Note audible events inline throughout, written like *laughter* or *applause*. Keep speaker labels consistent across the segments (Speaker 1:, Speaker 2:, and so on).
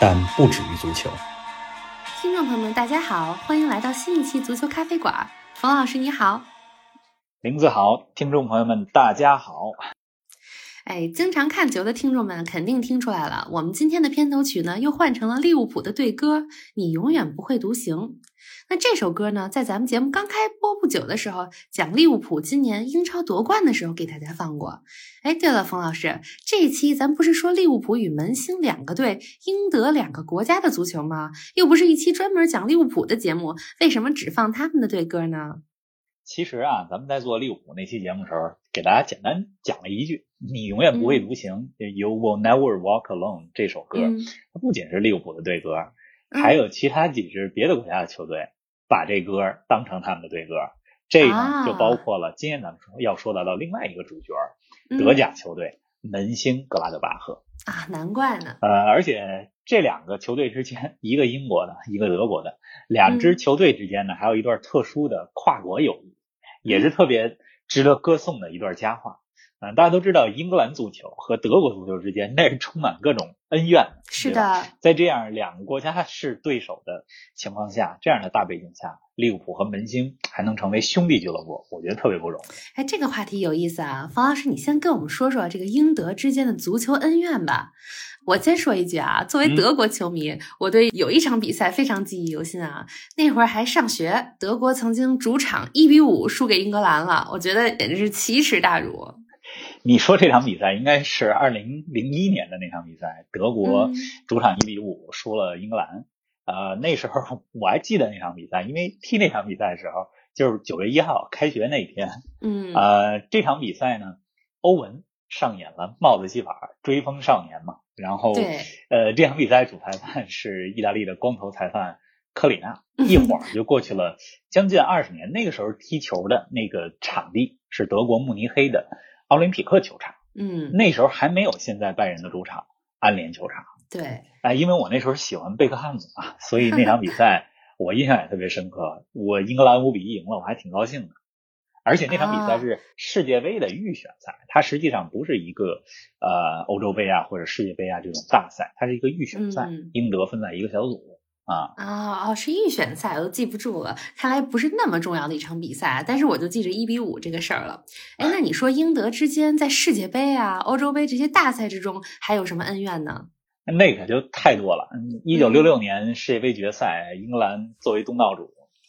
Speaker 1: 但不止于足球。
Speaker 2: 听众朋友们，大家好，欢迎来到新一期足球咖啡馆。冯老师你好，
Speaker 1: 林子豪，听众朋友们，大家好。
Speaker 2: 哎，经常看球的听众们肯定听出来了，我们今天的片头曲呢又换成了利物浦的队歌《你永远不会独行》。那这首歌呢，在咱们节目刚开播不久的时候，讲利物浦今年英超夺冠的时候给大家放过。哎，对了，冯老师，这一期咱不是说利物浦与门兴两个队、英德两个国家的足球吗？又不是一期专门讲利物浦的节目，为什么只放他们的队歌呢？
Speaker 3: 其实啊，咱们在做利物浦那期节目的时候，给大家简单讲了一句“你永远不会独行、嗯、”，You will never walk alone 这首歌，
Speaker 2: 嗯
Speaker 3: 它不仅是利物浦的队歌，
Speaker 2: 嗯
Speaker 3: 还有其他几支别的国家的球队把这歌当成他们的队歌。这呢、
Speaker 2: 啊
Speaker 3: 就包括了今天咱们说要说到的另外一个主角，德甲球队门兴格拉德巴
Speaker 2: 嗯
Speaker 3: 赫。
Speaker 2: 啊，难怪呢。
Speaker 3: 呃，而且这两个球队之间，一个英国的，一个德国的，
Speaker 2: 嗯
Speaker 3: 两支球队之间呢，还有一段特殊的跨国友谊，也
Speaker 2: 嗯
Speaker 3: 是特别值得歌颂的一段佳话。嗯、大家都知道，英格兰足球和德国足球之间那是充满各种恩怨。
Speaker 2: 是
Speaker 3: 对吧，
Speaker 2: 的，
Speaker 3: 在这样两个国家是对手的情况下，这样的大背景下，利物浦和门兴还能成为兄弟俱乐部，我觉得特别不容易。
Speaker 2: 哎，这个话题有意思啊，冯老师，你先跟我们说说这个英德之间的足球恩怨吧。我先说一句啊，作为
Speaker 3: 嗯
Speaker 2: 德国球迷，我对有一场比赛非常记忆犹新啊。那会儿还上学，德国曾经主场一比五输给英格兰了，我觉得简直是奇耻大辱。
Speaker 3: 你说这场比赛应该是二零零一年的那场比赛，德国
Speaker 2: 嗯
Speaker 3: 主场一比五输了英格兰。呃，那时候我还记得那场比赛，因为踢那场比赛的时候就是九月一号开学那一天。
Speaker 2: 嗯，
Speaker 3: 呃，这场比赛呢，欧文上演了帽子戏法追风少年嘛，然后
Speaker 2: 嗯对，
Speaker 3: 呃，这场比赛主裁判是意大利的光头裁判科里
Speaker 2: *laughs*
Speaker 3: 纳，一晃就过去了将近二十年。那个时候踢球的那个场地是德国慕尼黑的奥林匹克球场，
Speaker 2: 嗯，
Speaker 3: 那时候还没有现在拜仁的主场安联球场。
Speaker 2: 对，
Speaker 3: 哎，因为我那时候喜欢贝克汉姆啊，所以那场比
Speaker 2: *laughs*
Speaker 3: 赛我印象也特别深刻。我英格兰五比一赢了，我还挺高兴的。而且那场比
Speaker 2: 啊
Speaker 3: 赛是世界杯的预选赛，它实际上不是一个呃欧洲杯啊或者世界杯啊这种大赛，它是一个预选赛，
Speaker 2: 嗯
Speaker 3: 英德分在一个小组啊。
Speaker 2: 哦哦，是预选赛，我都记不住了。看来不是那么重要的一场比赛啊，但是我就记着一比五这个事儿了。哎，那你说英德之间在世界杯啊、欧洲杯这些大赛之中还有什么恩怨呢？
Speaker 3: 那可就太多了。嗯一九六
Speaker 2: 嗯
Speaker 3: 六年世界杯决赛，英格兰作为东道主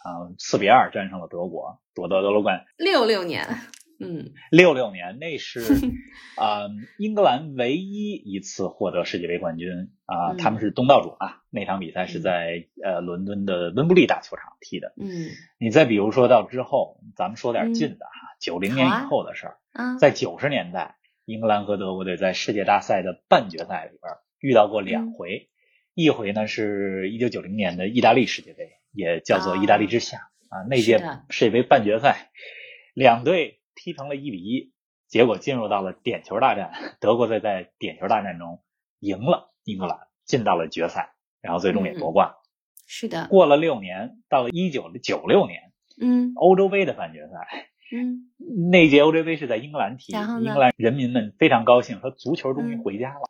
Speaker 3: 啊，四比二战胜了德国，夺得德罗冠
Speaker 2: 六六年，嗯
Speaker 3: 六六年，
Speaker 2: *laughs*
Speaker 3: 那是啊、英格兰唯一一次获得世界杯冠军啊、
Speaker 2: 嗯
Speaker 3: 他们是东道主啊，那场比赛是在、呃伦敦的温布利大球场踢的。
Speaker 2: 嗯
Speaker 3: 你再比如说到之后，咱们说点近的啊，九零、年
Speaker 2: 好啊
Speaker 3: 以后的事儿，
Speaker 2: 啊，
Speaker 3: 在九十年代，英格兰和德国队在世界大赛的半决赛里边遇到过
Speaker 2: 嗯
Speaker 3: 两回，一回呢是一九九零年的意大利世界杯，也叫做意大利之夏啊那届
Speaker 2: 是的
Speaker 3: 世界杯半决赛，两队踢成了一比一，结果进入到了点球大战，德国队在点球大战中赢了英格兰，进到了决赛，然后最终也
Speaker 2: 嗯
Speaker 3: 夺冠。
Speaker 2: 是的，
Speaker 3: 过了六年，到了一九九六年
Speaker 2: 嗯
Speaker 3: 欧洲杯的半决赛，
Speaker 2: 嗯
Speaker 3: 那届欧洲杯是在英格兰踢，
Speaker 2: 然后呢嗯
Speaker 3: 英格兰人民们非常高兴，说足球终于回家了。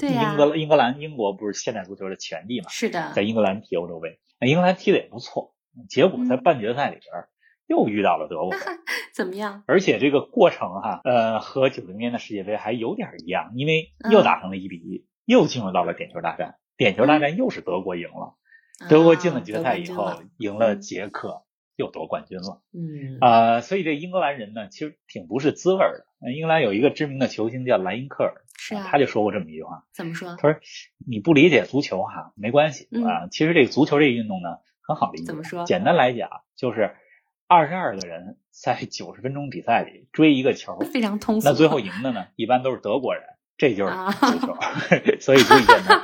Speaker 2: 对呀
Speaker 3: 英格兰英格兰英国不是现代足球的全地嘛，
Speaker 2: 是的
Speaker 3: 在，英格兰踢欧洲杯，那英格兰踢的也不错，结果在
Speaker 2: 嗯
Speaker 3: 半决赛里边儿又遇到了德国队，
Speaker 2: 怎么样？
Speaker 3: 而且这个过程哈、呃，和九零年的世界杯还有点一样，因为
Speaker 2: 嗯
Speaker 3: 又打成了一比一、又进入到了点球大战，点球大战又是德国赢了，德国进了
Speaker 2: 嗯啊
Speaker 3: 决赛以，
Speaker 2: 得冠
Speaker 3: 后
Speaker 2: 军了
Speaker 3: 赢了
Speaker 2: 嗯
Speaker 3: 捷克，又夺冠军了。
Speaker 2: 嗯
Speaker 3: 啊，所以这英格兰人呢，其实挺不是滋味儿的。呃英格兰有一个知名的球星叫莱因克尔，
Speaker 2: 是啊，
Speaker 3: 他就说过这么一句话，
Speaker 2: 怎么说？
Speaker 3: 他说：“你不理解足球哈、没关系
Speaker 2: 嗯
Speaker 3: 啊，其实这个足球这个运动呢，很好理解。
Speaker 2: 怎么说
Speaker 3: 简单来讲，就是二十二个人在九十分钟比赛里追一个球，
Speaker 2: 非常通俗，
Speaker 3: 那最后 *laughs* 赢的呢，一般都是德国人，这就是
Speaker 2: 啊 *laughs*
Speaker 3: 足球。所以足以见得，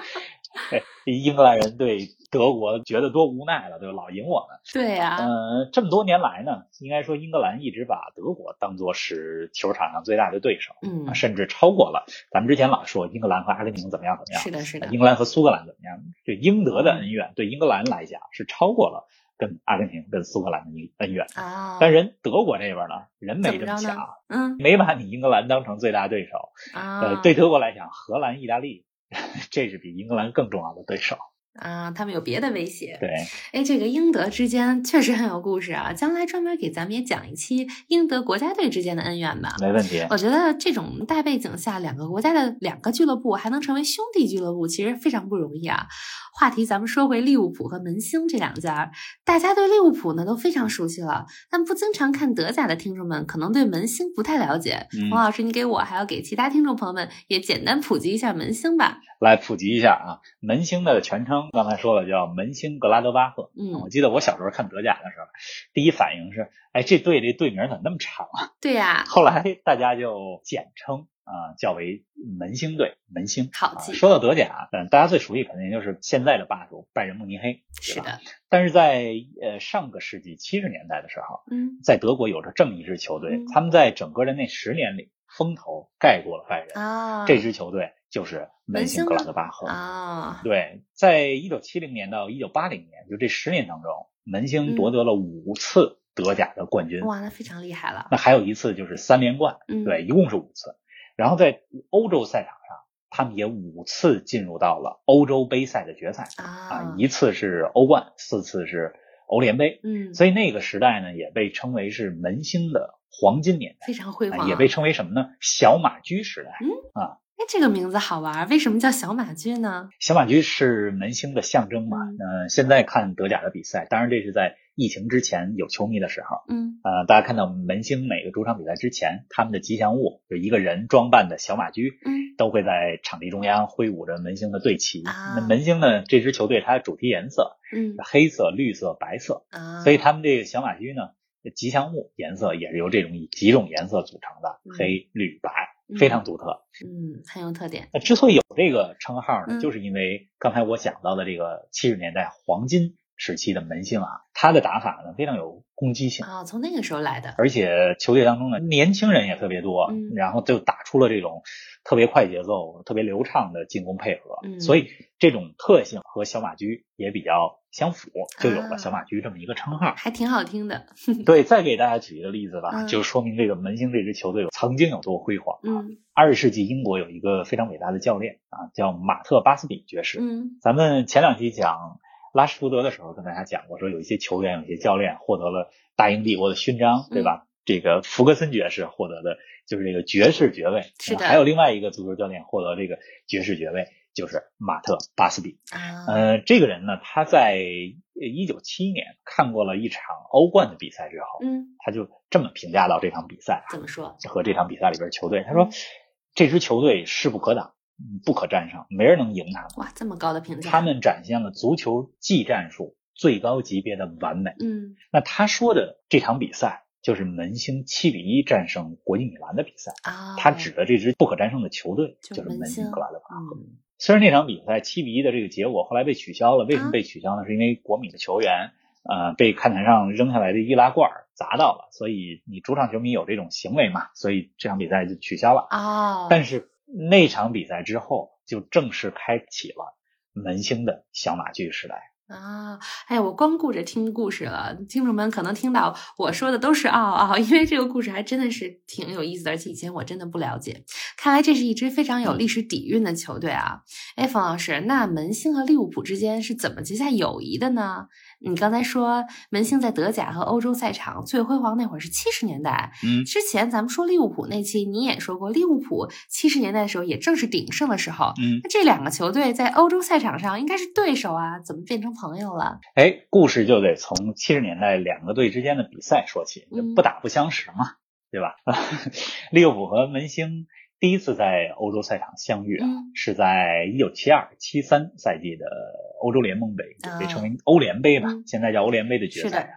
Speaker 3: 哎英格兰人对德国觉得多无奈了，对吧？老赢我们。
Speaker 2: 对啊呀、
Speaker 3: 呃，这么多年来呢，应该说英格兰一直把德国当做是球场上最大的对手，
Speaker 2: 嗯
Speaker 3: 啊，，甚至超过了。咱们之前老说英格兰和阿根廷怎么样怎么样，
Speaker 2: 是的，是的
Speaker 3: 啊，英格兰和苏格兰怎么样？对英德的恩怨，对英格兰来讲是超过了跟阿根廷、跟苏格兰的恩恩怨。
Speaker 2: 啊，
Speaker 3: 但人德国这边呢，人没
Speaker 2: 怎
Speaker 3: 这么
Speaker 2: 么着
Speaker 3: 想，
Speaker 2: 嗯
Speaker 3: 没把你英格兰当成最大对手。
Speaker 2: 啊，
Speaker 3: 呃，对德国来讲，荷兰、意大利， *laughs* 这是比英格兰更重要的对手。
Speaker 2: 啊，他们有别的威胁。
Speaker 3: 对，
Speaker 2: 哎，这个英德之间确实很有故事啊，将来专门给咱们也讲一期英德国家队之间的恩怨吧。
Speaker 3: 没问题。
Speaker 2: 我觉得这种大背景下，两个国家的两个俱乐部还能成为兄弟俱乐部，其实非常不容易啊。话题咱们说回利物浦和门兴这两家，大家对利物浦呢都非常熟悉了，但不经常看德甲的听众们可能对门兴不太了解。
Speaker 3: 嗯
Speaker 2: 王老师，你给我还有给其他听众朋友们也简单普及一下门兴吧。
Speaker 3: 来普及一下啊，门兴的全称刚才说了叫门兴格拉德巴赫。
Speaker 2: 嗯
Speaker 3: 我，记得我小时候看德甲的时候，第一反应是，哎，这队这队名怎么那么长啊？ *laughs*
Speaker 2: 对呀、
Speaker 3: 后来大家就简称啊、叫为门兴队，门兴。
Speaker 2: 好
Speaker 3: 啊
Speaker 2: 记
Speaker 3: 说到德甲，嗯、大家最熟悉肯定就是现在的霸主拜仁慕尼黑，
Speaker 2: 是
Speaker 3: 对吧？
Speaker 2: 的，
Speaker 3: 但是在呃上个世纪七十年代的时候，
Speaker 2: 嗯
Speaker 3: 在德国有着这么一支球队，
Speaker 2: 嗯
Speaker 3: 他们在整个的那十年里风头盖过了拜仁，
Speaker 2: 啊，
Speaker 3: 这支球队就是门兴
Speaker 2: 门兴
Speaker 3: 格拉德巴赫。
Speaker 2: 啊，
Speaker 3: 对，在一九七零年到一九八零年，就这十年当中，门兴夺得了五次德甲的冠军，
Speaker 2: 嗯哇，那非常厉害了。
Speaker 3: 那还有一次就是三连冠，
Speaker 2: 嗯，
Speaker 3: 对，，一共是五次。然后在欧洲赛场上，他们也五次进入到了欧洲杯赛的决赛
Speaker 2: 啊
Speaker 3: 啊，，一次是欧冠，四次是欧联杯。
Speaker 2: 嗯，
Speaker 3: 所以那个时代呢，也被称为是门兴的黄金年代。
Speaker 2: 非常辉
Speaker 3: 啊
Speaker 2: 煌啊，
Speaker 3: 也被称为什么呢？小马驹时代。
Speaker 2: 哎，这个名字好玩儿，为什么叫小马驹呢？
Speaker 3: 小马驹是门兴的象征嘛。
Speaker 2: 嗯
Speaker 3: 呃，现在看德甲的比赛，当然这是在疫情之前有球迷的时候。
Speaker 2: 嗯，
Speaker 3: 呃，大家看到门兴每个主场比赛之前，他们的吉祥物就一个人装扮的小马驹，
Speaker 2: 嗯
Speaker 3: 都会在场地中央挥舞着门兴的队旗。
Speaker 2: 啊
Speaker 3: 那门兴呢，这支球队它的主题颜色
Speaker 2: 嗯
Speaker 3: 黑色、绿色、白色，
Speaker 2: 啊，
Speaker 3: 所以他们这个小马驹呢，吉祥物颜色也是由这种以几种颜色组成的，
Speaker 2: 嗯
Speaker 3: 黑、绿、白，非常
Speaker 2: 嗯
Speaker 3: 独特。
Speaker 2: 嗯很有特点，
Speaker 3: 那之所以有这个称号呢，
Speaker 2: 嗯
Speaker 3: 就是因为刚才我讲到的这个七十年代黄金时期的门兴啊，他的打法呢非常有攻击性，
Speaker 2: 啊，从那个时候来的，
Speaker 3: 而且球队当中呢年轻人也特别多，
Speaker 2: 嗯
Speaker 3: 然后就打出了这种特别快节奏、特别流畅的进攻配合，
Speaker 2: 嗯
Speaker 3: 所以这种特性和小马驹也比较相符，就有
Speaker 2: 啊
Speaker 3: 了小马驹这么一个称号。
Speaker 2: 还挺好听
Speaker 3: 啊
Speaker 2: 的，
Speaker 3: 对，再给大家举一个例子吧，
Speaker 2: 嗯
Speaker 3: 就说明这个门兴这支球队曾经有多辉煌啊。
Speaker 2: 嗯
Speaker 3: 二十世纪英国有一个非常伟大的教练啊，叫马特·巴斯比爵士。
Speaker 2: 嗯
Speaker 3: 咱们前两期讲拉什福德的时候，跟大家讲过，说有一些球员、有一些教练获得了大英帝国的勋章，对
Speaker 2: 嗯
Speaker 3: 吧？这个福格森爵士获得的就是这个爵士爵位，啊
Speaker 2: 是的
Speaker 3: 还有另外一个足球教练获得这个爵士爵位，就是马特·巴斯比。
Speaker 2: 啊，
Speaker 3: 呃，这个人呢，他在一九七一年看过了一场欧冠的比赛之后，
Speaker 2: 嗯，
Speaker 3: 他就这么评价到这场比赛啊
Speaker 2: 怎么说？
Speaker 3: 和这场比赛里边球队，他说
Speaker 2: 嗯
Speaker 3: 这支球队势不可挡，嗯不可战胜，没人能赢他们。
Speaker 2: 哇，这么高的评价，
Speaker 3: 他们展现了足球技战术最高级别的完美。
Speaker 2: 嗯
Speaker 3: 那他说的这场比赛就是门兴七比一战胜国际米兰的比赛，
Speaker 2: 啊，
Speaker 3: 他指的这支不可战胜的球队
Speaker 2: 就
Speaker 3: 就是
Speaker 2: 门
Speaker 3: 门
Speaker 2: 兴
Speaker 3: 兴格拉德巴赫。
Speaker 2: 嗯
Speaker 3: 虽然那场比赛七比一的这个结果后来被取消了，为什
Speaker 2: 啊
Speaker 3: 么被取消呢？是因为国米的球员呃被看台上扔下来的易拉罐儿砸到了，所以你主场球迷有这种行为嘛，所以这场比赛就取消了。
Speaker 2: 啊，
Speaker 3: 但是那场比赛之后，就正式开启了门兴的小马驹时代。
Speaker 2: 啊，哎，我光顾着听故事了，听众们可能听到我说的都是嗷嗷，因为这个故事还真的是挺有意思的，而且以前我真的不了解。看来这是一支非常有历史底蕴的球队啊。哎，冯老师，那门兴和利物浦之间是怎么结下友谊的呢？你刚才说门兴在德甲和欧洲赛场最辉煌那会儿是七十年代，
Speaker 3: 嗯，
Speaker 2: 之前咱们说利物浦那期你也说过，利物浦七十年代的时候也正是鼎盛的时候，
Speaker 3: 嗯，
Speaker 2: 那这两个球队在欧洲赛场上应该是对手啊，怎么变成朋友了？
Speaker 3: 哎，故事就得从七十年代两个队之间的比赛说起，
Speaker 2: 嗯
Speaker 3: 不打不相识嘛，对吧？ *laughs* 利物浦和门兴第一次在欧洲赛场相遇啊，
Speaker 2: 嗯
Speaker 3: 是在一九七二七三赛季的欧洲联盟杯，
Speaker 2: 啊
Speaker 3: 也被称为欧联杯吧，
Speaker 2: 嗯
Speaker 3: 现在叫欧联杯的决赛
Speaker 2: 是的
Speaker 3: 啊。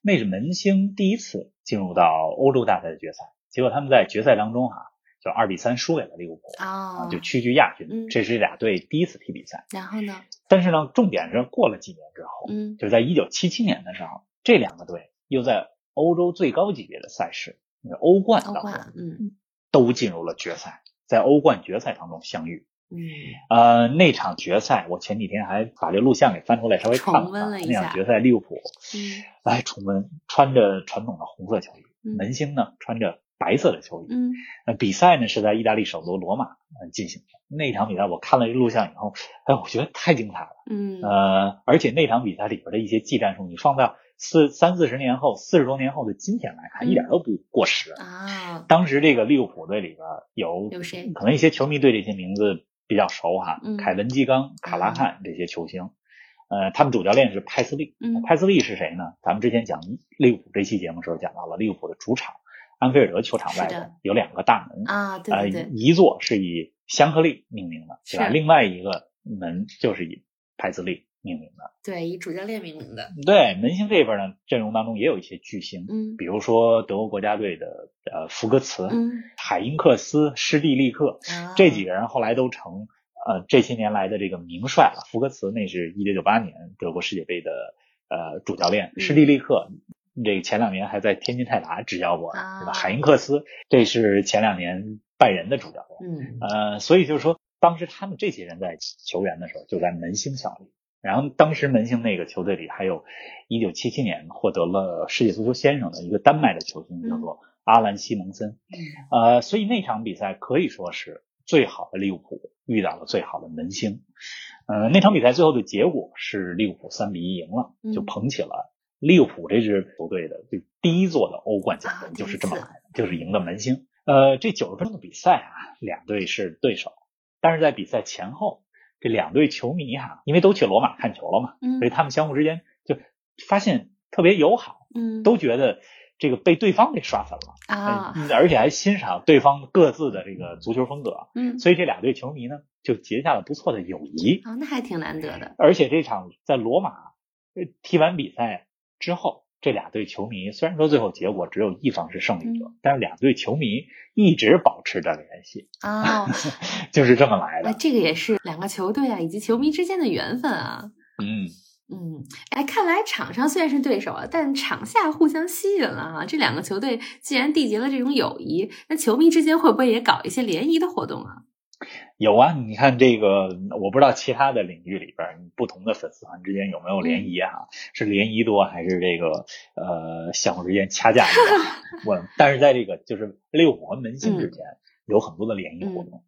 Speaker 3: 那是门兴第一次进入到欧洲大赛的决赛，结果他们在决赛当中啊，就二比三输给了利物浦，
Speaker 2: 啊
Speaker 3: 啊，就屈居亚
Speaker 2: 嗯
Speaker 3: 军。这是这俩队第一次踢比赛。
Speaker 2: 然后呢？
Speaker 3: 但是呢，重点是过了几年之后，
Speaker 2: 嗯
Speaker 3: 就是在一九七七年的时候，这两个队又在欧洲最高级别的赛事，那个欧冠
Speaker 2: 欧
Speaker 3: 当中
Speaker 2: 冠，嗯
Speaker 3: 都进入了决赛，在欧冠决赛当中相遇。
Speaker 2: 嗯
Speaker 3: 呃，那场决赛我前几天还把这录像给翻出来稍微看
Speaker 2: 重温
Speaker 3: 看
Speaker 2: 了一
Speaker 3: 那
Speaker 2: 下
Speaker 3: 场决赛，利物浦
Speaker 2: 嗯
Speaker 3: 来重温，穿着传统的红色球衣，
Speaker 2: 嗯
Speaker 3: 门兴呢穿着白色的球衣。
Speaker 2: 嗯
Speaker 3: 那比赛呢是在意大利首都罗马呃进行的。那场比赛我看了这录像以后，哎，我觉得太精彩了。
Speaker 2: 嗯
Speaker 3: 呃，而且那场比赛里边的一些技战术，你放到四三四十年后、四十多年后的今天来看，
Speaker 2: 嗯
Speaker 3: 一点都不过时。
Speaker 2: 啊
Speaker 3: 当时这个利物浦队里边有
Speaker 2: 有谁
Speaker 3: 可能一些球迷对这些名字比较熟哈，
Speaker 2: 嗯
Speaker 3: 凯文·基冈、卡拉汉这些球星。呃，他们主教练是派斯利。
Speaker 2: 嗯
Speaker 3: 派斯利是谁呢？咱们之前讲利物浦这期节目时候讲到了，利物浦的主场安菲尔德球场外
Speaker 2: 是的
Speaker 3: 边有两个大门，
Speaker 2: 啊，对
Speaker 3: 呃
Speaker 2: 对，对，
Speaker 3: 一座是以香克利命名的，对吧？
Speaker 2: 是
Speaker 3: 另外一个门就是以派斯利命名的。
Speaker 2: 对以主教练命名的，
Speaker 3: 对，门兴这边呢，阵容当中也有一些巨星，
Speaker 2: 嗯
Speaker 3: 比如说德国国家队的呃福格茨、
Speaker 2: 嗯
Speaker 3: 海因克斯、施蒂利克
Speaker 2: 啊
Speaker 3: 这几个人，后来都成呃这些年来的这个名帅了。福格茨那是一九九八年德国世界杯的呃主教练，
Speaker 2: 嗯
Speaker 3: 施蒂利克。这个前两年还在天津泰达执教过呢，对吧？
Speaker 2: 啊
Speaker 3: 海因克斯，这是前两年拜仁的主教练。
Speaker 2: 嗯
Speaker 3: 呃，所以就是说，当时他们这些人在球员的时候，就在门兴效力。然后当时门兴那个球队里还有1977年获得了世界足球先生的一个丹麦的球星，叫做阿兰·西蒙森。
Speaker 2: 嗯
Speaker 3: 呃，所以那场比赛可以说是最好的利物浦遇到了最好的门兴。呃，那场比赛最后的结果是利物浦3比1赢了，就
Speaker 2: 嗯
Speaker 3: 捧起了利物浦这支球队的就第一座的欧冠奖
Speaker 2: 啊
Speaker 3: 杯，
Speaker 2: 第
Speaker 3: 就
Speaker 2: 一
Speaker 3: 是这么
Speaker 2: 次
Speaker 3: 来的，就是赢的门兴。呃，这九十分钟的比赛啊，两队是对手，但是在比赛前后，这两队球迷哈、因为都去罗马看球了嘛，
Speaker 2: 嗯
Speaker 3: 所以他们相互之间就发现特别友好，
Speaker 2: 嗯
Speaker 3: 都觉得这个被对方给刷粉了。
Speaker 2: 啊
Speaker 3: 嗯而且还欣赏对方各自的这个足球风格，
Speaker 2: 嗯
Speaker 3: 所以这俩队球迷呢就结下了不错的友谊。
Speaker 2: 啊，那还挺难得 *laughs* 的，
Speaker 3: 而且这场在罗马呃踢完比赛之后，这俩队球迷虽然说最后结果只有一方是胜利者，但是两队球迷一直保持着联系，
Speaker 2: 哦，
Speaker 3: 就是这么来
Speaker 2: 那
Speaker 3: 的。
Speaker 2: 这个也是两个球队啊以及球迷之间的缘分啊。
Speaker 3: 嗯，
Speaker 2: 嗯，哎，看来场上虽然是对手啊，但场下互相吸引了啊。这两个球队既然缔结了这种友谊，那球迷之间会不会也搞一些联谊的活动啊？
Speaker 3: 有啊，你看这个，我不知道其他的领域里边儿，不同的粉丝团之间有没有联谊啊？是联谊多还是这个呃相互之间掐架多？我但是在这个就是利物浦和门兴之间有很多的联谊活动，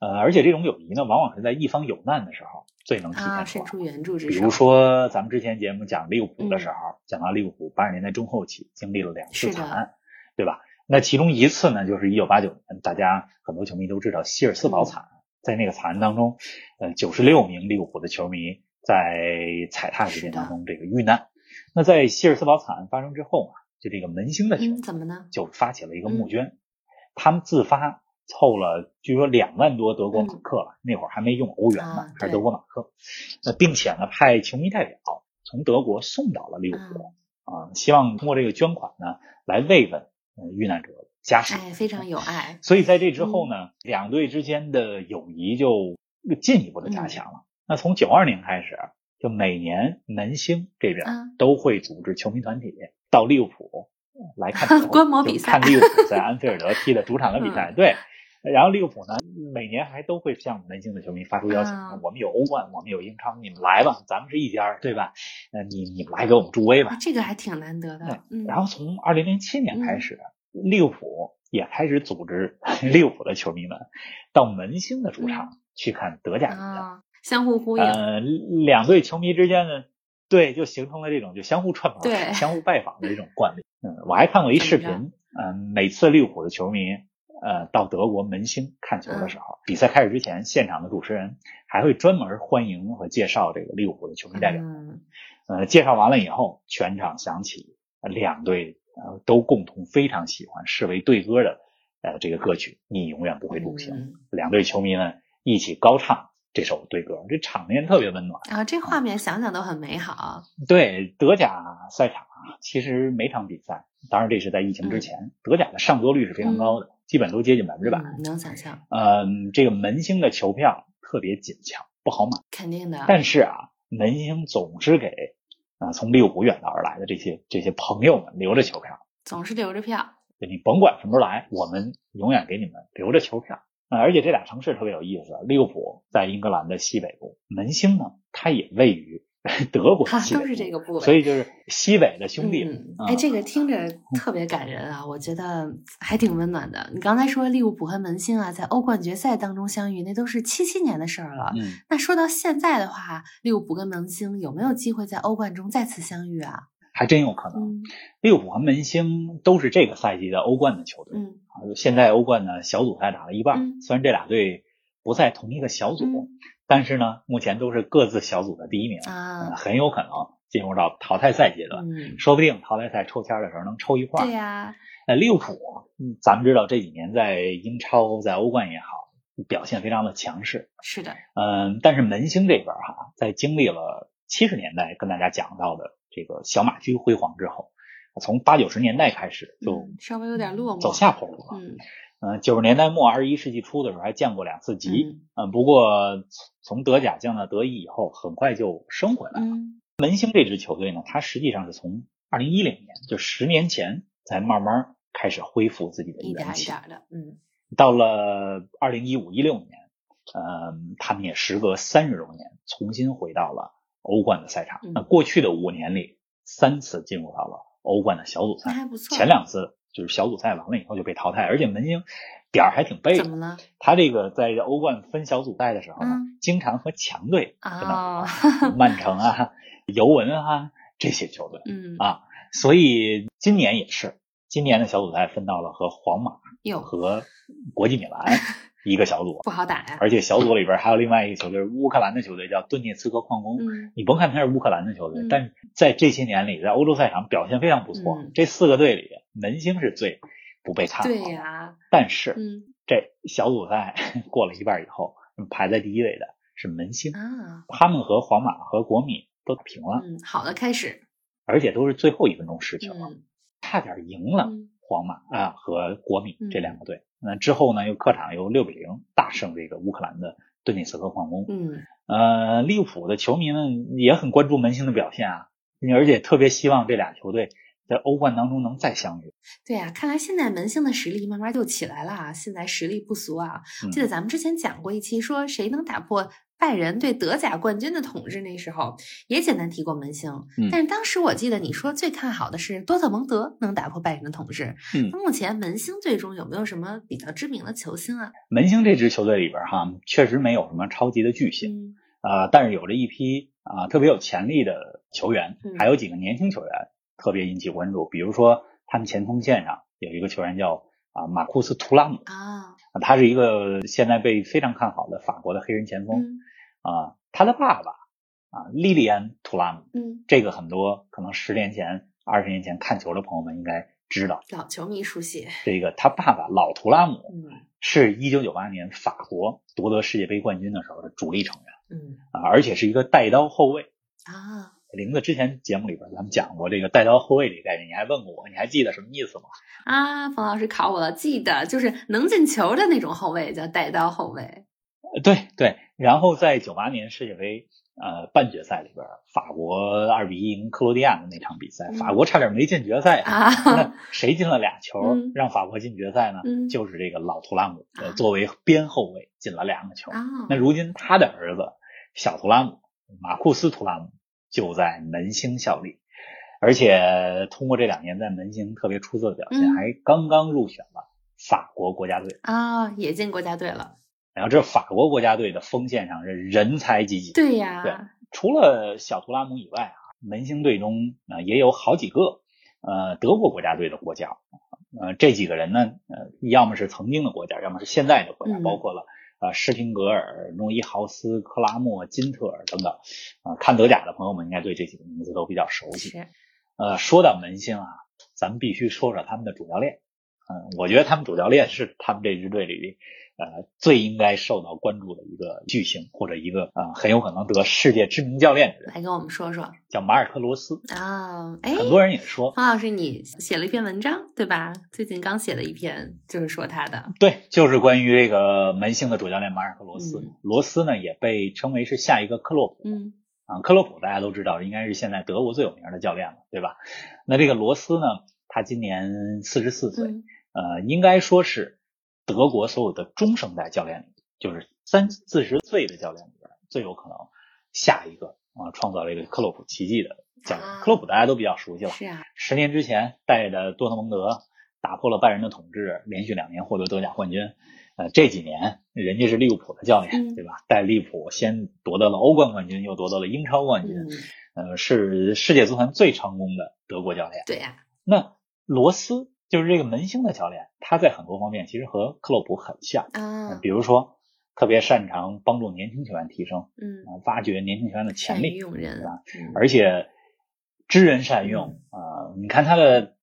Speaker 3: 呃，而且这种友谊呢，往往是在一方有难的时候最能体
Speaker 2: 啊，
Speaker 3: 现
Speaker 2: 伸
Speaker 3: 出来。
Speaker 2: 出援助之
Speaker 3: 比
Speaker 2: 手，
Speaker 3: 如说，咱们之前节目讲利物浦的时候，讲到利物浦八十年代中后期经历了两次
Speaker 2: 嗯是的
Speaker 3: 惨案，对吧？那其中一次呢，就是一九八九年，大家很多球迷都知道希尔斯
Speaker 2: 嗯
Speaker 3: 堡惨案，在那个惨案当中，呃，九十六名利物浦的球迷在踩踏事件当中这个遇难。那在希尔斯堡惨案发生之后啊，就这个门兴的球
Speaker 2: 嗯，
Speaker 3: 迷
Speaker 2: 怎么呢？
Speaker 3: 就发起了
Speaker 2: 嗯
Speaker 3: 一个募捐，他们自发凑了，据说两万多德国马克吧，那会儿还没用欧元呢，
Speaker 2: 嗯啊
Speaker 3: 还
Speaker 2: 对
Speaker 3: 是德国马克，呃，并且呢派球迷代表从德国送到了利物浦，
Speaker 2: 嗯
Speaker 3: 啊、希望通过这个捐款呢来慰问、呃遇难者家属。
Speaker 2: 哎，非嗯常有爱，
Speaker 3: 所以在这之后呢，两队之间的友谊就进一步的加
Speaker 2: 嗯
Speaker 3: 强了。那从九二年开始，就每年门兴这边
Speaker 2: 啊
Speaker 3: 都会组织球迷团体到利物浦来看球
Speaker 2: *laughs* 观摩比赛嗯
Speaker 3: 就看利物浦在安菲尔德踢的主场的比赛。对，然后利物浦呢，每年还都会向门兴的球迷发出邀请
Speaker 2: 啊，
Speaker 3: 我们有欧冠，我们有英超，你们来吧，咱们是一家儿，对吧？呃，你你们来给我们助威吧
Speaker 2: 啊，。这个还挺难得的。嗯，
Speaker 3: 然后从二零零七年开始，利物浦也开始组织 *laughs* 利物浦的球迷们到门兴的主场去看德甲比赛。
Speaker 2: 嗯啊，相互呼应，
Speaker 3: 呃，两队球迷之间呢，对，就形成了这种就相互串门、
Speaker 2: 对
Speaker 3: 相互拜访的这种惯例。嗯，我还看过一视频
Speaker 2: 怎，
Speaker 3: 嗯、每次利物浦的球迷。呃，到德国门兴看球
Speaker 2: 嗯
Speaker 3: 的时候，比赛开始之前，现场的主持人还会专门欢迎和介绍这个利物浦的球迷代表。
Speaker 2: 嗯，
Speaker 3: 呃，介绍完了以后，全场响起呃两队呃都共同非常喜欢、视为对歌的呃这个歌曲《你永远不会独行》，
Speaker 2: 嗯
Speaker 3: 两队球迷呢一起高唱这首对歌，这场面特别温暖。
Speaker 2: 然后啊这画面想想都很美好。
Speaker 3: 对德甲
Speaker 2: 嗯
Speaker 3: 赛场啊，其实每场比赛，当然这是在疫情之前，德甲的上座率是非常高的，基本都接近百分之百。
Speaker 2: 嗯能想象，
Speaker 3: 嗯，这个门兴的球票特别紧俏，不好买。
Speaker 2: 肯定的。
Speaker 3: 但是啊，门兴总是给啊、从利物浦远道而来的这些这些朋友们留着球票。
Speaker 2: 总是留着票，
Speaker 3: 你甭管什么时候来，我们永远给你们留着球票。啊，而且这俩城市特别有意思，利物浦在英格兰的西北部，门兴呢，它也位于 *laughs* 德国的
Speaker 2: 哈，
Speaker 3: 西北
Speaker 2: 啊都
Speaker 3: 部，
Speaker 2: 是这个部位。
Speaker 3: 所以就是西北的兄弟。
Speaker 2: 嗯，
Speaker 3: 啊
Speaker 2: 哎，这个听着特别感人啊，我觉得还挺温暖的。你刚才说利物浦和门兴啊，在欧冠决赛当中相遇，那都是七七年的事儿了。
Speaker 3: 嗯，
Speaker 2: 那说到现在的话，利物浦跟门兴有没有机会在欧冠中再次相遇啊？
Speaker 3: 还真有可能。
Speaker 2: 嗯
Speaker 3: 利物浦和门兴都是这个赛季的欧冠的球队。
Speaker 2: 嗯
Speaker 3: 啊，现在欧冠呢小组赛打了一半，
Speaker 2: 嗯
Speaker 3: 虽然这俩队不在同一个小组，
Speaker 2: 嗯
Speaker 3: 但是呢，目前都是各自小组的第一名，呃
Speaker 2: 啊，
Speaker 3: 很有可能进入到淘汰赛阶段。
Speaker 2: 嗯，
Speaker 3: 说不定淘汰赛抽签儿的时候能抽一块儿
Speaker 2: 啊对。呀、
Speaker 3: 呃，利物浦，嗯咱们知道这几年在英超、在欧冠也好，表现非常的强势。
Speaker 2: 是的，
Speaker 3: 嗯，但是门兴这边儿哈，在经历了七十年代跟大家讲到的这个小马驹辉煌之后，从八九十年代开始就
Speaker 2: 嗯，稍微有点落寞，
Speaker 3: 走下坡路了。
Speaker 2: 嗯
Speaker 3: 嗯，九十年代末、二十一世纪初的时候还降过两次级。
Speaker 2: 嗯
Speaker 3: 嗯，不过从德甲降到德乙以后，很快就升回来了。
Speaker 2: 嗯
Speaker 3: 门兴这支球队呢，它实际上是从二零一零年，就十年前，才慢慢开始恢复自己的
Speaker 2: 一点
Speaker 3: 元
Speaker 2: 儿一
Speaker 3: 气
Speaker 2: 点。儿的，嗯
Speaker 3: 到了二零一五一六年，呃，他们也时隔三十多年，重新回到了欧冠的赛场。
Speaker 2: 嗯
Speaker 3: 那过去的五年里，三次进入到了欧冠的小组
Speaker 2: 那
Speaker 3: 赛，
Speaker 2: 还不错。
Speaker 3: 前两次就是小组赛完了以后就被淘汰，而且门兴点儿还挺背
Speaker 2: 怎么
Speaker 3: 的。
Speaker 2: 了
Speaker 3: 他这个在欧冠分小组赛的时候呢，
Speaker 2: 嗯
Speaker 3: 经常和强队
Speaker 2: *laughs*
Speaker 3: 跟到
Speaker 2: 啊？
Speaker 3: 曼城啊、尤文啊这些球队。
Speaker 2: *laughs* 嗯
Speaker 3: 啊所以今年也是，今年的小组赛分到了和皇马
Speaker 2: 哟，
Speaker 3: 和国际米
Speaker 2: *laughs*
Speaker 3: 兰一个小组，
Speaker 2: 不好打呀。
Speaker 3: 而且小组里边还有另外一个球队，乌克兰的球队叫顿涅茨克矿工。
Speaker 2: 嗯，
Speaker 3: 你甭看他是乌克兰的球队，
Speaker 2: 嗯
Speaker 3: 但在这些年里，在欧洲赛场表现非常不错。
Speaker 2: 嗯
Speaker 3: 这四个队里，门兴是最不被看好的。
Speaker 2: 对呀、
Speaker 3: 但是、
Speaker 2: 嗯
Speaker 3: 这小组赛 *laughs* 过了一半以后，排在第一位的是门兴，
Speaker 2: 啊，
Speaker 3: 他们和皇马和国米都打平了，
Speaker 2: 嗯，好的开始，
Speaker 3: 而且都啊是最后一分钟失球，
Speaker 2: 嗯
Speaker 3: 差点赢了
Speaker 2: 嗯
Speaker 3: 皇马啊和国米
Speaker 2: 嗯
Speaker 3: 这两个队。那之后呢，又客场又六比零大胜这个乌克兰的顿涅茨克矿工。
Speaker 2: 嗯，
Speaker 3: 呃，利物浦的球迷们也很关注门兴的表现啊，而且特别希望这俩球队在欧冠当中能再相遇。
Speaker 2: 对呀、看来现在门兴的实力慢慢就起来了啊，现在实力不俗啊。
Speaker 3: 嗯
Speaker 2: 记得咱们之前讲过一期，说谁能打破拜仁对德甲冠军的统治，那时候也简单提过门兴，
Speaker 3: 嗯
Speaker 2: 但是当时我记得你说最看好的是多特蒙德能打破拜仁的统治。
Speaker 3: 嗯
Speaker 2: 那目前门兴最终有没有什么比较知名的球星啊？
Speaker 3: 门兴这支球队里边哈，确实没有什么超级的巨星，
Speaker 2: 嗯
Speaker 3: 啊，但是有着一批啊、特别有潜力的球员
Speaker 2: 嗯，
Speaker 3: 还有几个年轻球员特别引起关注。比如说，他们前锋线上有一个球员叫啊、马库斯·图拉姆，
Speaker 2: 啊，
Speaker 3: 啊他是一个现在被非常看好的法国的黑人前锋
Speaker 2: 嗯
Speaker 3: 啊、他的爸爸啊、莉莉安·图拉姆，
Speaker 2: 嗯，
Speaker 3: 这个很多可能十年前、二十年前看球的朋友们应该知道，
Speaker 2: 老球迷熟悉，
Speaker 3: 这个他爸爸老图拉姆
Speaker 2: 嗯
Speaker 3: 是一九九八年法国夺得世界杯冠军的时候的主力成员
Speaker 2: 嗯
Speaker 3: 啊、而且是一个带刀后卫。
Speaker 2: 啊，
Speaker 3: 林子之前节目里边咱们讲过这个带刀后卫这个概念，你还问过我，你还记得什么意思吗？
Speaker 2: 啊，冯老师考我了，记得就是能进球的那种后卫叫带刀后卫。
Speaker 3: 呃对对，然后在九八年世界杯呃半决赛里边，法国二比一赢克罗地亚的那场比赛，
Speaker 2: 嗯
Speaker 3: 法国差点没进决赛，
Speaker 2: 啊， *laughs*
Speaker 3: 那谁进了俩球、
Speaker 2: 嗯
Speaker 3: 让法国进决赛呢？
Speaker 2: 嗯
Speaker 3: 就是这个老图拉姆、呃
Speaker 2: 啊
Speaker 3: 作为边后卫进了两个球。
Speaker 2: 啊，
Speaker 3: 那如今他的儿子小图拉姆马库斯·图拉姆就在门兴效力，而且通过这两年在门兴特别出色的表现，
Speaker 2: 嗯
Speaker 3: 还刚刚入选了法国国家队。
Speaker 2: 啊也进国家队了。
Speaker 3: 然后这法国国家队的锋线上是人才济济，
Speaker 2: 对呀，
Speaker 3: 对除了小图拉姆以外啊，门兴队中啊、呃也有好几个呃德国国家队的国脚，呃这几个人呢，呃要么是曾经的国脚，要么是现在的国脚，
Speaker 2: 嗯
Speaker 3: 包括了呃施廷格尔、诺伊豪斯、克拉默、金特尔等等，啊、看德甲的朋友们应该对这几个名字都比较熟悉。
Speaker 2: 是
Speaker 3: 呃，说到门兴啊，咱们必须说说他们的主教练，嗯、我觉得他们主教练是他们这支队里呃最应该受到关注的一个巨星，或者一个呃很有可能得世界知名教练的人，
Speaker 2: 来跟我们说说
Speaker 3: 叫马尔科罗斯。
Speaker 2: 啊，哎、
Speaker 3: 很多人也说，
Speaker 2: 方老师，你写了一篇文章对吧？最近刚写了一篇，就是说他的，
Speaker 3: 对，就是关于这个门兴的主教练马尔科罗斯
Speaker 2: 嗯。
Speaker 3: 罗斯呢也被称为是下一个克洛普。
Speaker 2: 嗯
Speaker 3: 啊，克洛普大家都知道，应该是现在德国最有名的教练了，对吧？那这个罗斯呢，他今年四十四岁，
Speaker 2: 嗯
Speaker 3: 呃，应该说是德国所有的中生代教练里，就是三四十岁的教练里边最有可能下一个啊、创造这个克洛普奇迹的教练。
Speaker 2: 啊
Speaker 3: 克洛普大家都比较熟悉了，
Speaker 2: 是啊，
Speaker 3: 十年之前带着多特蒙德打破了拜仁的统治，连续两年获得德甲冠军。呃，这几年人家是利物浦的教
Speaker 2: 嗯
Speaker 3: 练，对吧？带利物浦先夺得了欧冠冠军，又夺得了英超冠军，
Speaker 2: 嗯，
Speaker 3: 呃，是世界足坛最成功的德国教练。
Speaker 2: 对呀、
Speaker 3: 那罗斯就是这个门兴的教练，他在很多方面其实和克洛普很像，
Speaker 2: 啊，
Speaker 3: 呃比如说特别擅长帮助年轻球员提升，
Speaker 2: 嗯，
Speaker 3: 呃挖掘年轻球员的潜
Speaker 2: 善
Speaker 3: 力
Speaker 2: 于，用人
Speaker 3: 对吧，
Speaker 2: 嗯
Speaker 3: 而且知人善用啊、呃你看他的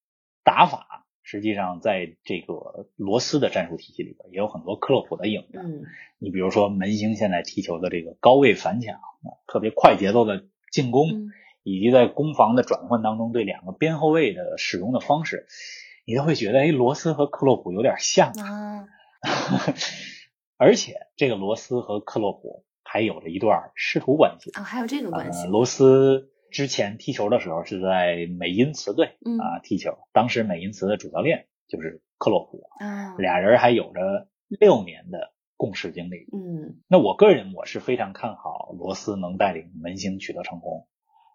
Speaker 3: 打法，实际上在这个罗斯的战术体系里边也有很多克洛普的影子。
Speaker 2: 嗯
Speaker 3: 你比如说门兴现在踢球的这个高位反抢，啊特别快节奏的进攻，
Speaker 2: 嗯
Speaker 3: 以及在攻防的转换当中对两个边后卫的使用的方式，你都会觉得哎，罗斯和克洛普有点像。
Speaker 2: 啊，
Speaker 3: 而且这个罗斯和克洛普还有着一段师徒关系。
Speaker 2: 哦，还有这个关系
Speaker 3: 呃，，罗斯之前踢球的时候是在美因茨队
Speaker 2: 嗯
Speaker 3: 啊、踢球，当时美因茨的主教练就是克洛普，
Speaker 2: 啊，
Speaker 3: 俩人还有着六年的共事经历。
Speaker 2: 嗯
Speaker 3: 那我个人我是非常看好罗斯能带领门兴取得成功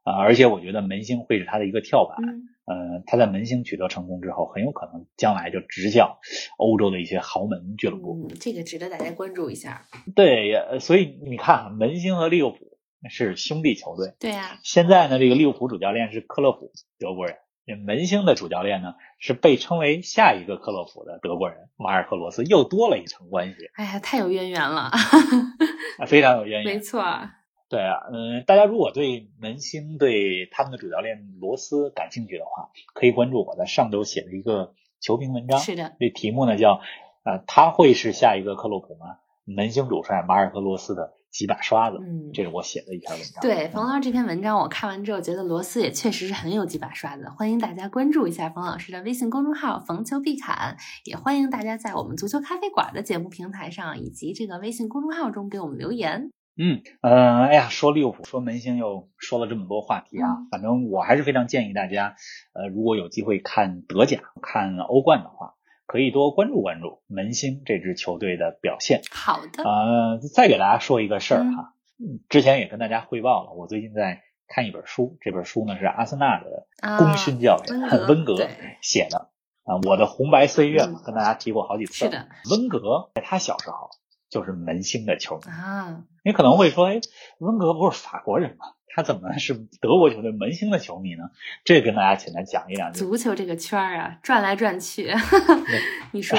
Speaker 3: 啊、而且我觉得门兴会是他的一个跳板。
Speaker 2: 嗯
Speaker 3: 呃，他在门兴取得成功之后，很有可能将来就执教欧洲的一些豪门俱乐部。
Speaker 2: 嗯，这个值得大家关注一下，
Speaker 3: 对，呃所以你看，门兴和利物浦是兄弟球队。
Speaker 2: 对呀、
Speaker 3: 现在呢，这个利物浦主教练是克洛普，德国人。这门兴的主教练呢，是被称为下一个克洛普的德国人马尔克罗斯，又多了一层关系，
Speaker 2: 哎呀，太有渊源了，
Speaker 3: 啊非常有渊
Speaker 2: 没
Speaker 3: 源。
Speaker 2: 错，
Speaker 3: 对啊，嗯，大家如果对门兴对他们的主教练罗斯感兴趣的话，可以关注我在上周写的一个球评文章，
Speaker 2: 是的，
Speaker 3: 这题目呢叫呃，他会是下一个克洛普吗？门兴主帅马尔克罗斯的几把刷子，
Speaker 2: 嗯。
Speaker 3: 这是我写的一篇文章。
Speaker 2: 对冯
Speaker 3: 嗯
Speaker 2: 老师这篇文章，我看完之后觉得罗斯也确实是很有几把刷子，欢迎大家关注一下冯老师的微信公众号“冯球必侃”，也欢迎大家在我们足球咖啡馆的节目平台上以及这个微信公众号中给我们留言。
Speaker 3: 嗯，呃，哎呀，说利物浦，说门兴，又说了这么多话题啊
Speaker 2: 嗯。
Speaker 3: 反正我还是非常建议大家，呃，如果有机会看德甲、看欧冠的话，可以多关注关注门兴这支球队的表现。
Speaker 2: 好的，
Speaker 3: 呃，再给大家说一个事儿哈，嗯之前也跟大家汇报了，我最近在看一本书，这本书呢是阿森纳的
Speaker 2: 啊
Speaker 3: 功勋教练、
Speaker 2: 温格
Speaker 3: 温格
Speaker 2: 对
Speaker 3: 写的啊、我的红白岁月》嘛
Speaker 2: 嗯，
Speaker 3: 跟大家提过好几次。
Speaker 2: 是的
Speaker 3: 温格在他小时候就是门兴的球迷。
Speaker 2: 啊，
Speaker 3: 你可能会说，哎，温格不是法国人吗？他怎么是德国球队门兴的球迷呢？这跟大家简单讲一两句。
Speaker 2: 足球这个圈儿啊，转来转去， *laughs* 你
Speaker 3: *laughs*
Speaker 2: 说，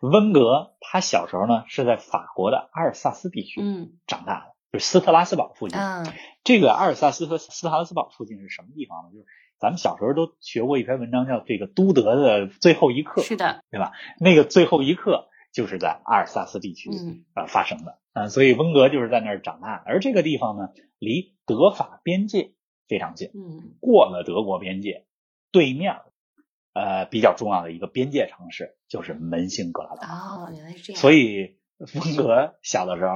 Speaker 3: 温格他小时候呢是在法国的阿尔萨斯地区
Speaker 2: 嗯
Speaker 3: 长大的，就是斯特拉斯堡附近。
Speaker 2: 嗯
Speaker 3: 这个阿尔萨斯和斯特拉斯堡附近是什么地方呢？就是咱们小时候都学过一篇文章，叫《这个都德的最后一课
Speaker 2: 嗯，》。是的，
Speaker 3: 那个最后一课就是在阿尔萨斯地区。
Speaker 2: 嗯
Speaker 3: 啊发生的啊，所以温格就是在那儿长大的。而这个地方呢，离德法边界非常近，
Speaker 2: 嗯
Speaker 3: 过了德国边界，对面呃比较重要的一个边界城市就是门兴格拉达。
Speaker 2: 哦，原来是这样，
Speaker 3: 所
Speaker 2: 以
Speaker 3: 以温格小的时候，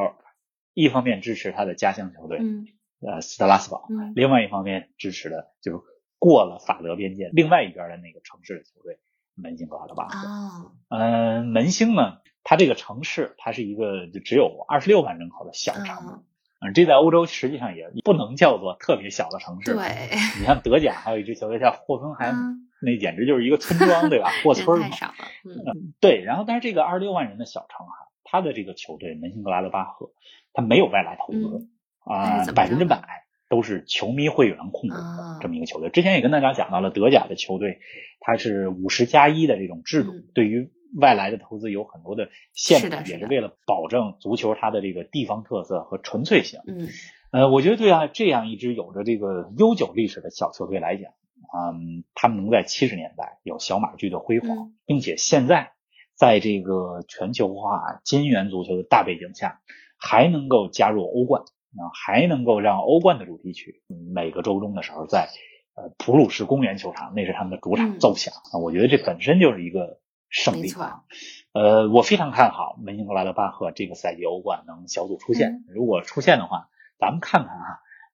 Speaker 3: 一方面支持他的家乡球队、
Speaker 2: 嗯
Speaker 3: 呃斯特拉斯堡，
Speaker 2: 嗯
Speaker 3: 另外一方面支持的就是过了法德边界另外一边的那个城市的球队门兴格拉德巴赫。 *laughs*
Speaker 2: 哦
Speaker 3: 呃，门兴呢，它这个城市，它是一个就只有二十六万人口的小城，
Speaker 2: 嗯
Speaker 3: 嗯，这在欧洲实际上也不能叫做特别小的城市。，
Speaker 2: 对，
Speaker 3: 你像德甲还有一支球队叫霍芬海姆，
Speaker 2: 嗯
Speaker 3: 那简直就是一个村
Speaker 2: *laughs*
Speaker 3: 庄，对吧？霍
Speaker 2: 人
Speaker 3: 村
Speaker 2: 太
Speaker 3: 嘛。
Speaker 2: 少了，嗯
Speaker 3: 对，然后但是这个二十六万人的小城哈、它的这个球队门兴格拉德巴赫，它没有外来投资
Speaker 2: 嗯那
Speaker 3: 啊
Speaker 2: 是，怎么
Speaker 3: 百
Speaker 2: 着
Speaker 3: 分
Speaker 2: 呢
Speaker 3: 之百都是球迷会员控股
Speaker 2: 啊
Speaker 3: 的嗯这么一个球队。之前也跟大家讲到了，德甲的球队它是五十加一的这种制度
Speaker 2: 嗯，
Speaker 3: 对于外来的投资有很多的限
Speaker 2: 是
Speaker 3: 制
Speaker 2: 的，是
Speaker 3: 也是
Speaker 2: 的
Speaker 3: 为了保证足球它的这个地方特色和纯粹性。
Speaker 2: 嗯
Speaker 3: 呃，我觉得对啊，这样一支有着这个悠久历史的小球队来讲，嗯，他们能在七十年代有小马驹的辉煌，
Speaker 2: 嗯
Speaker 3: 并且现在在这个全球化金元足球的大背景下，还能够加入欧冠，啊，还能够让欧冠的主题曲每个周中的时候在呃普鲁士公园球场，那是他们的主场
Speaker 2: 嗯
Speaker 3: 奏响啊，我觉得这本身就是一个胜
Speaker 2: 没
Speaker 3: 利
Speaker 2: 错
Speaker 3: 啊。呃，我非常看好门兴格拉德巴赫这个赛季欧冠能小组出
Speaker 2: 嗯
Speaker 3: 现。如果出现的话，咱们看看啊，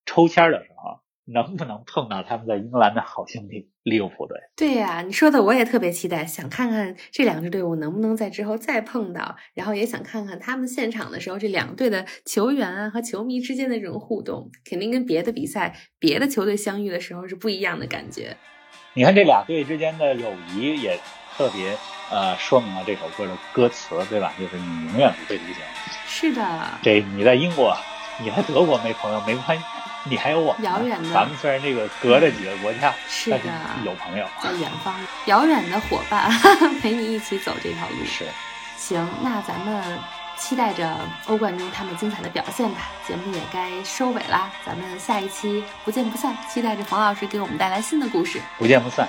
Speaker 3: 抽签儿的时候能不能碰到他们在英格兰的好兄弟利物浦队。
Speaker 2: 对呀、你说的我也特别期待，想看看这两支队伍能不能在之后再碰到，然后也想看看他们现场的时候这两队的球员啊和球迷之间的这种互动，肯定跟别的比赛、别的球队相遇的时候是不一样的感觉。
Speaker 3: 你看这俩队之间的友谊也特别呃说明了这首歌的歌词，对吧？就是你永远不会独行。
Speaker 2: 是的，
Speaker 3: 这你在英国，你在德国没朋友没关系，你还有我们呢
Speaker 2: 遥远的
Speaker 3: 咱们虽然这个隔着几个国家，
Speaker 2: 是
Speaker 3: 但
Speaker 2: 的
Speaker 3: 是，有朋友。
Speaker 2: 在远方遥远的伙伴 *laughs* 陪你一起走这条路。
Speaker 3: 是，
Speaker 2: 行，那咱们期待着欧冠中他们精彩的表现吧。节目也该收尾啦，咱们下一期不见不散。期待着冯老师给我们带来新的故事。
Speaker 3: 不见不散。